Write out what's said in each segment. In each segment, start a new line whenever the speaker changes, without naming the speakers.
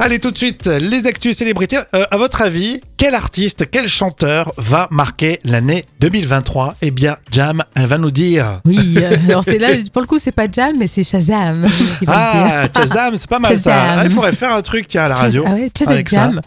Allez, tout de suite, les actus célébrités. Euh, à votre avis, quel artiste, quel chanteur va marquer l'année 2023 Eh bien, Jam, elle va nous dire.
Oui, euh, alors c'est là, pour le coup, c'est pas Jam, mais c'est Shazam. qui va le dire.
Ah, Shazam, c'est pas mal ça.
Shazam.
Ah, Il faudrait faire un truc, tiens, à la
Shaz-
radio.
Ah ouais, Shazam
avec ça.
Jam.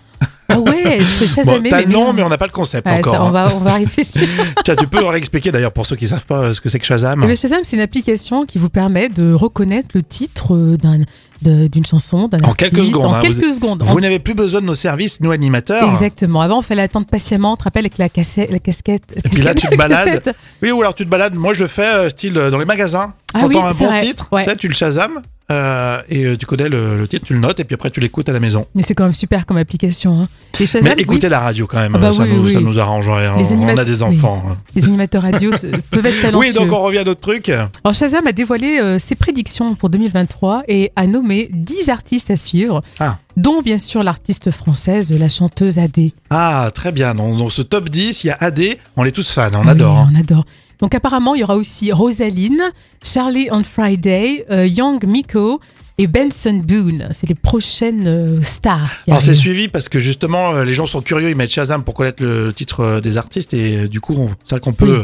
Ah ouais, je peux
Bon,
Shazamer.
t'as
mais
le nom,
bien.
mais on n'a pas le concept
Ouais,
encore.
ça,
hein.
on, va, on va réfléchir.
Tiens, tu peux réexpliquer d'ailleurs pour ceux qui savent pas euh, ce que c'est que Shazam.
Mais Eh Shazam, c'est une application qui vous permet de reconnaître le titre euh, d'un- de- d'une chanson, d'un
En quelques
artiste,
secondes,
En
hein,
quelques secondes. En
Vous n'avez plus besoin de nos services, nous animateurs.
Exactement. Avant, on fallait attendre patiemment. Tu te rappelles avec la, cassette, la casquette.
Et puis là, tu te
la
balades.
cassette.
Oui, ou alors tu te balades. Moi, je le fais euh, style euh, dans les magasins.
Ah
T'entends
oui,
un
c'est
bon
vrai.
titre,
Ouais.
tu, sais, tu le Shazam euh, et euh, tu connais le, le titre, tu le notes et puis après tu l'écoutes à la maison.
Mais c'est quand même super comme application. hein. Et Shazam,
Mais
oui,
écoutez la radio quand même,
Ah bah
ça,
oui,
nous,
oui.
ça nous arrange. ouais, on,
Les
on a
animat-
des
oui.
enfants. hein.
les animateurs radio se- peuvent être talentueux.
Oui, donc on revient à notre truc.
Alors Shazam a dévoilé euh, ses prédictions pour 2023 et a nommé 10 artistes à suivre,
Ah.
dont bien sûr l'artiste française, la chanteuse Adé.
Ah, très bien. Dans, dans ce top 10, il y a AD, on est tous fans, on
Oui,
adore. hein.
On adore. Donc apparemment, il y aura aussi Rosaline, Charlie on Friday, euh, Young Miko et Benson Boone. C'est les prochaines euh, stars. qui
Alors c'est
arrivent.
suivi parce que justement euh, les gens sont curieux, ils mettent Shazam pour connaître le titre euh, des artistes et euh, du coup on- c'est vrai qu'on peut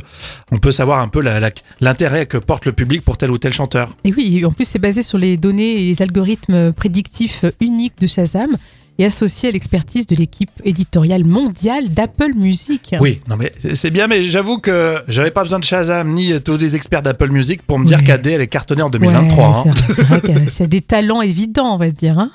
on peut savoir un peu la- la- l'intérêt que porte le public pour tel ou tel chanteur.
Et oui, et en plus, c'est basé sur les données et les algorithmes prédictifs euh, uniques de Shazam et associé à l'expertise de l'équipe éditoriale mondiale d'Apple Music.
Oui, non mais c'est bien mais j'avoue que j'avais pas besoin de Shazam ni tous les experts d'Apple Music pour me dire
Ouais.
qu'AD elle est cartonnée en
Ouais,
2023. hein.
c'est vrai- c'est vrai que c'est des talents évidents, on va dire. hein.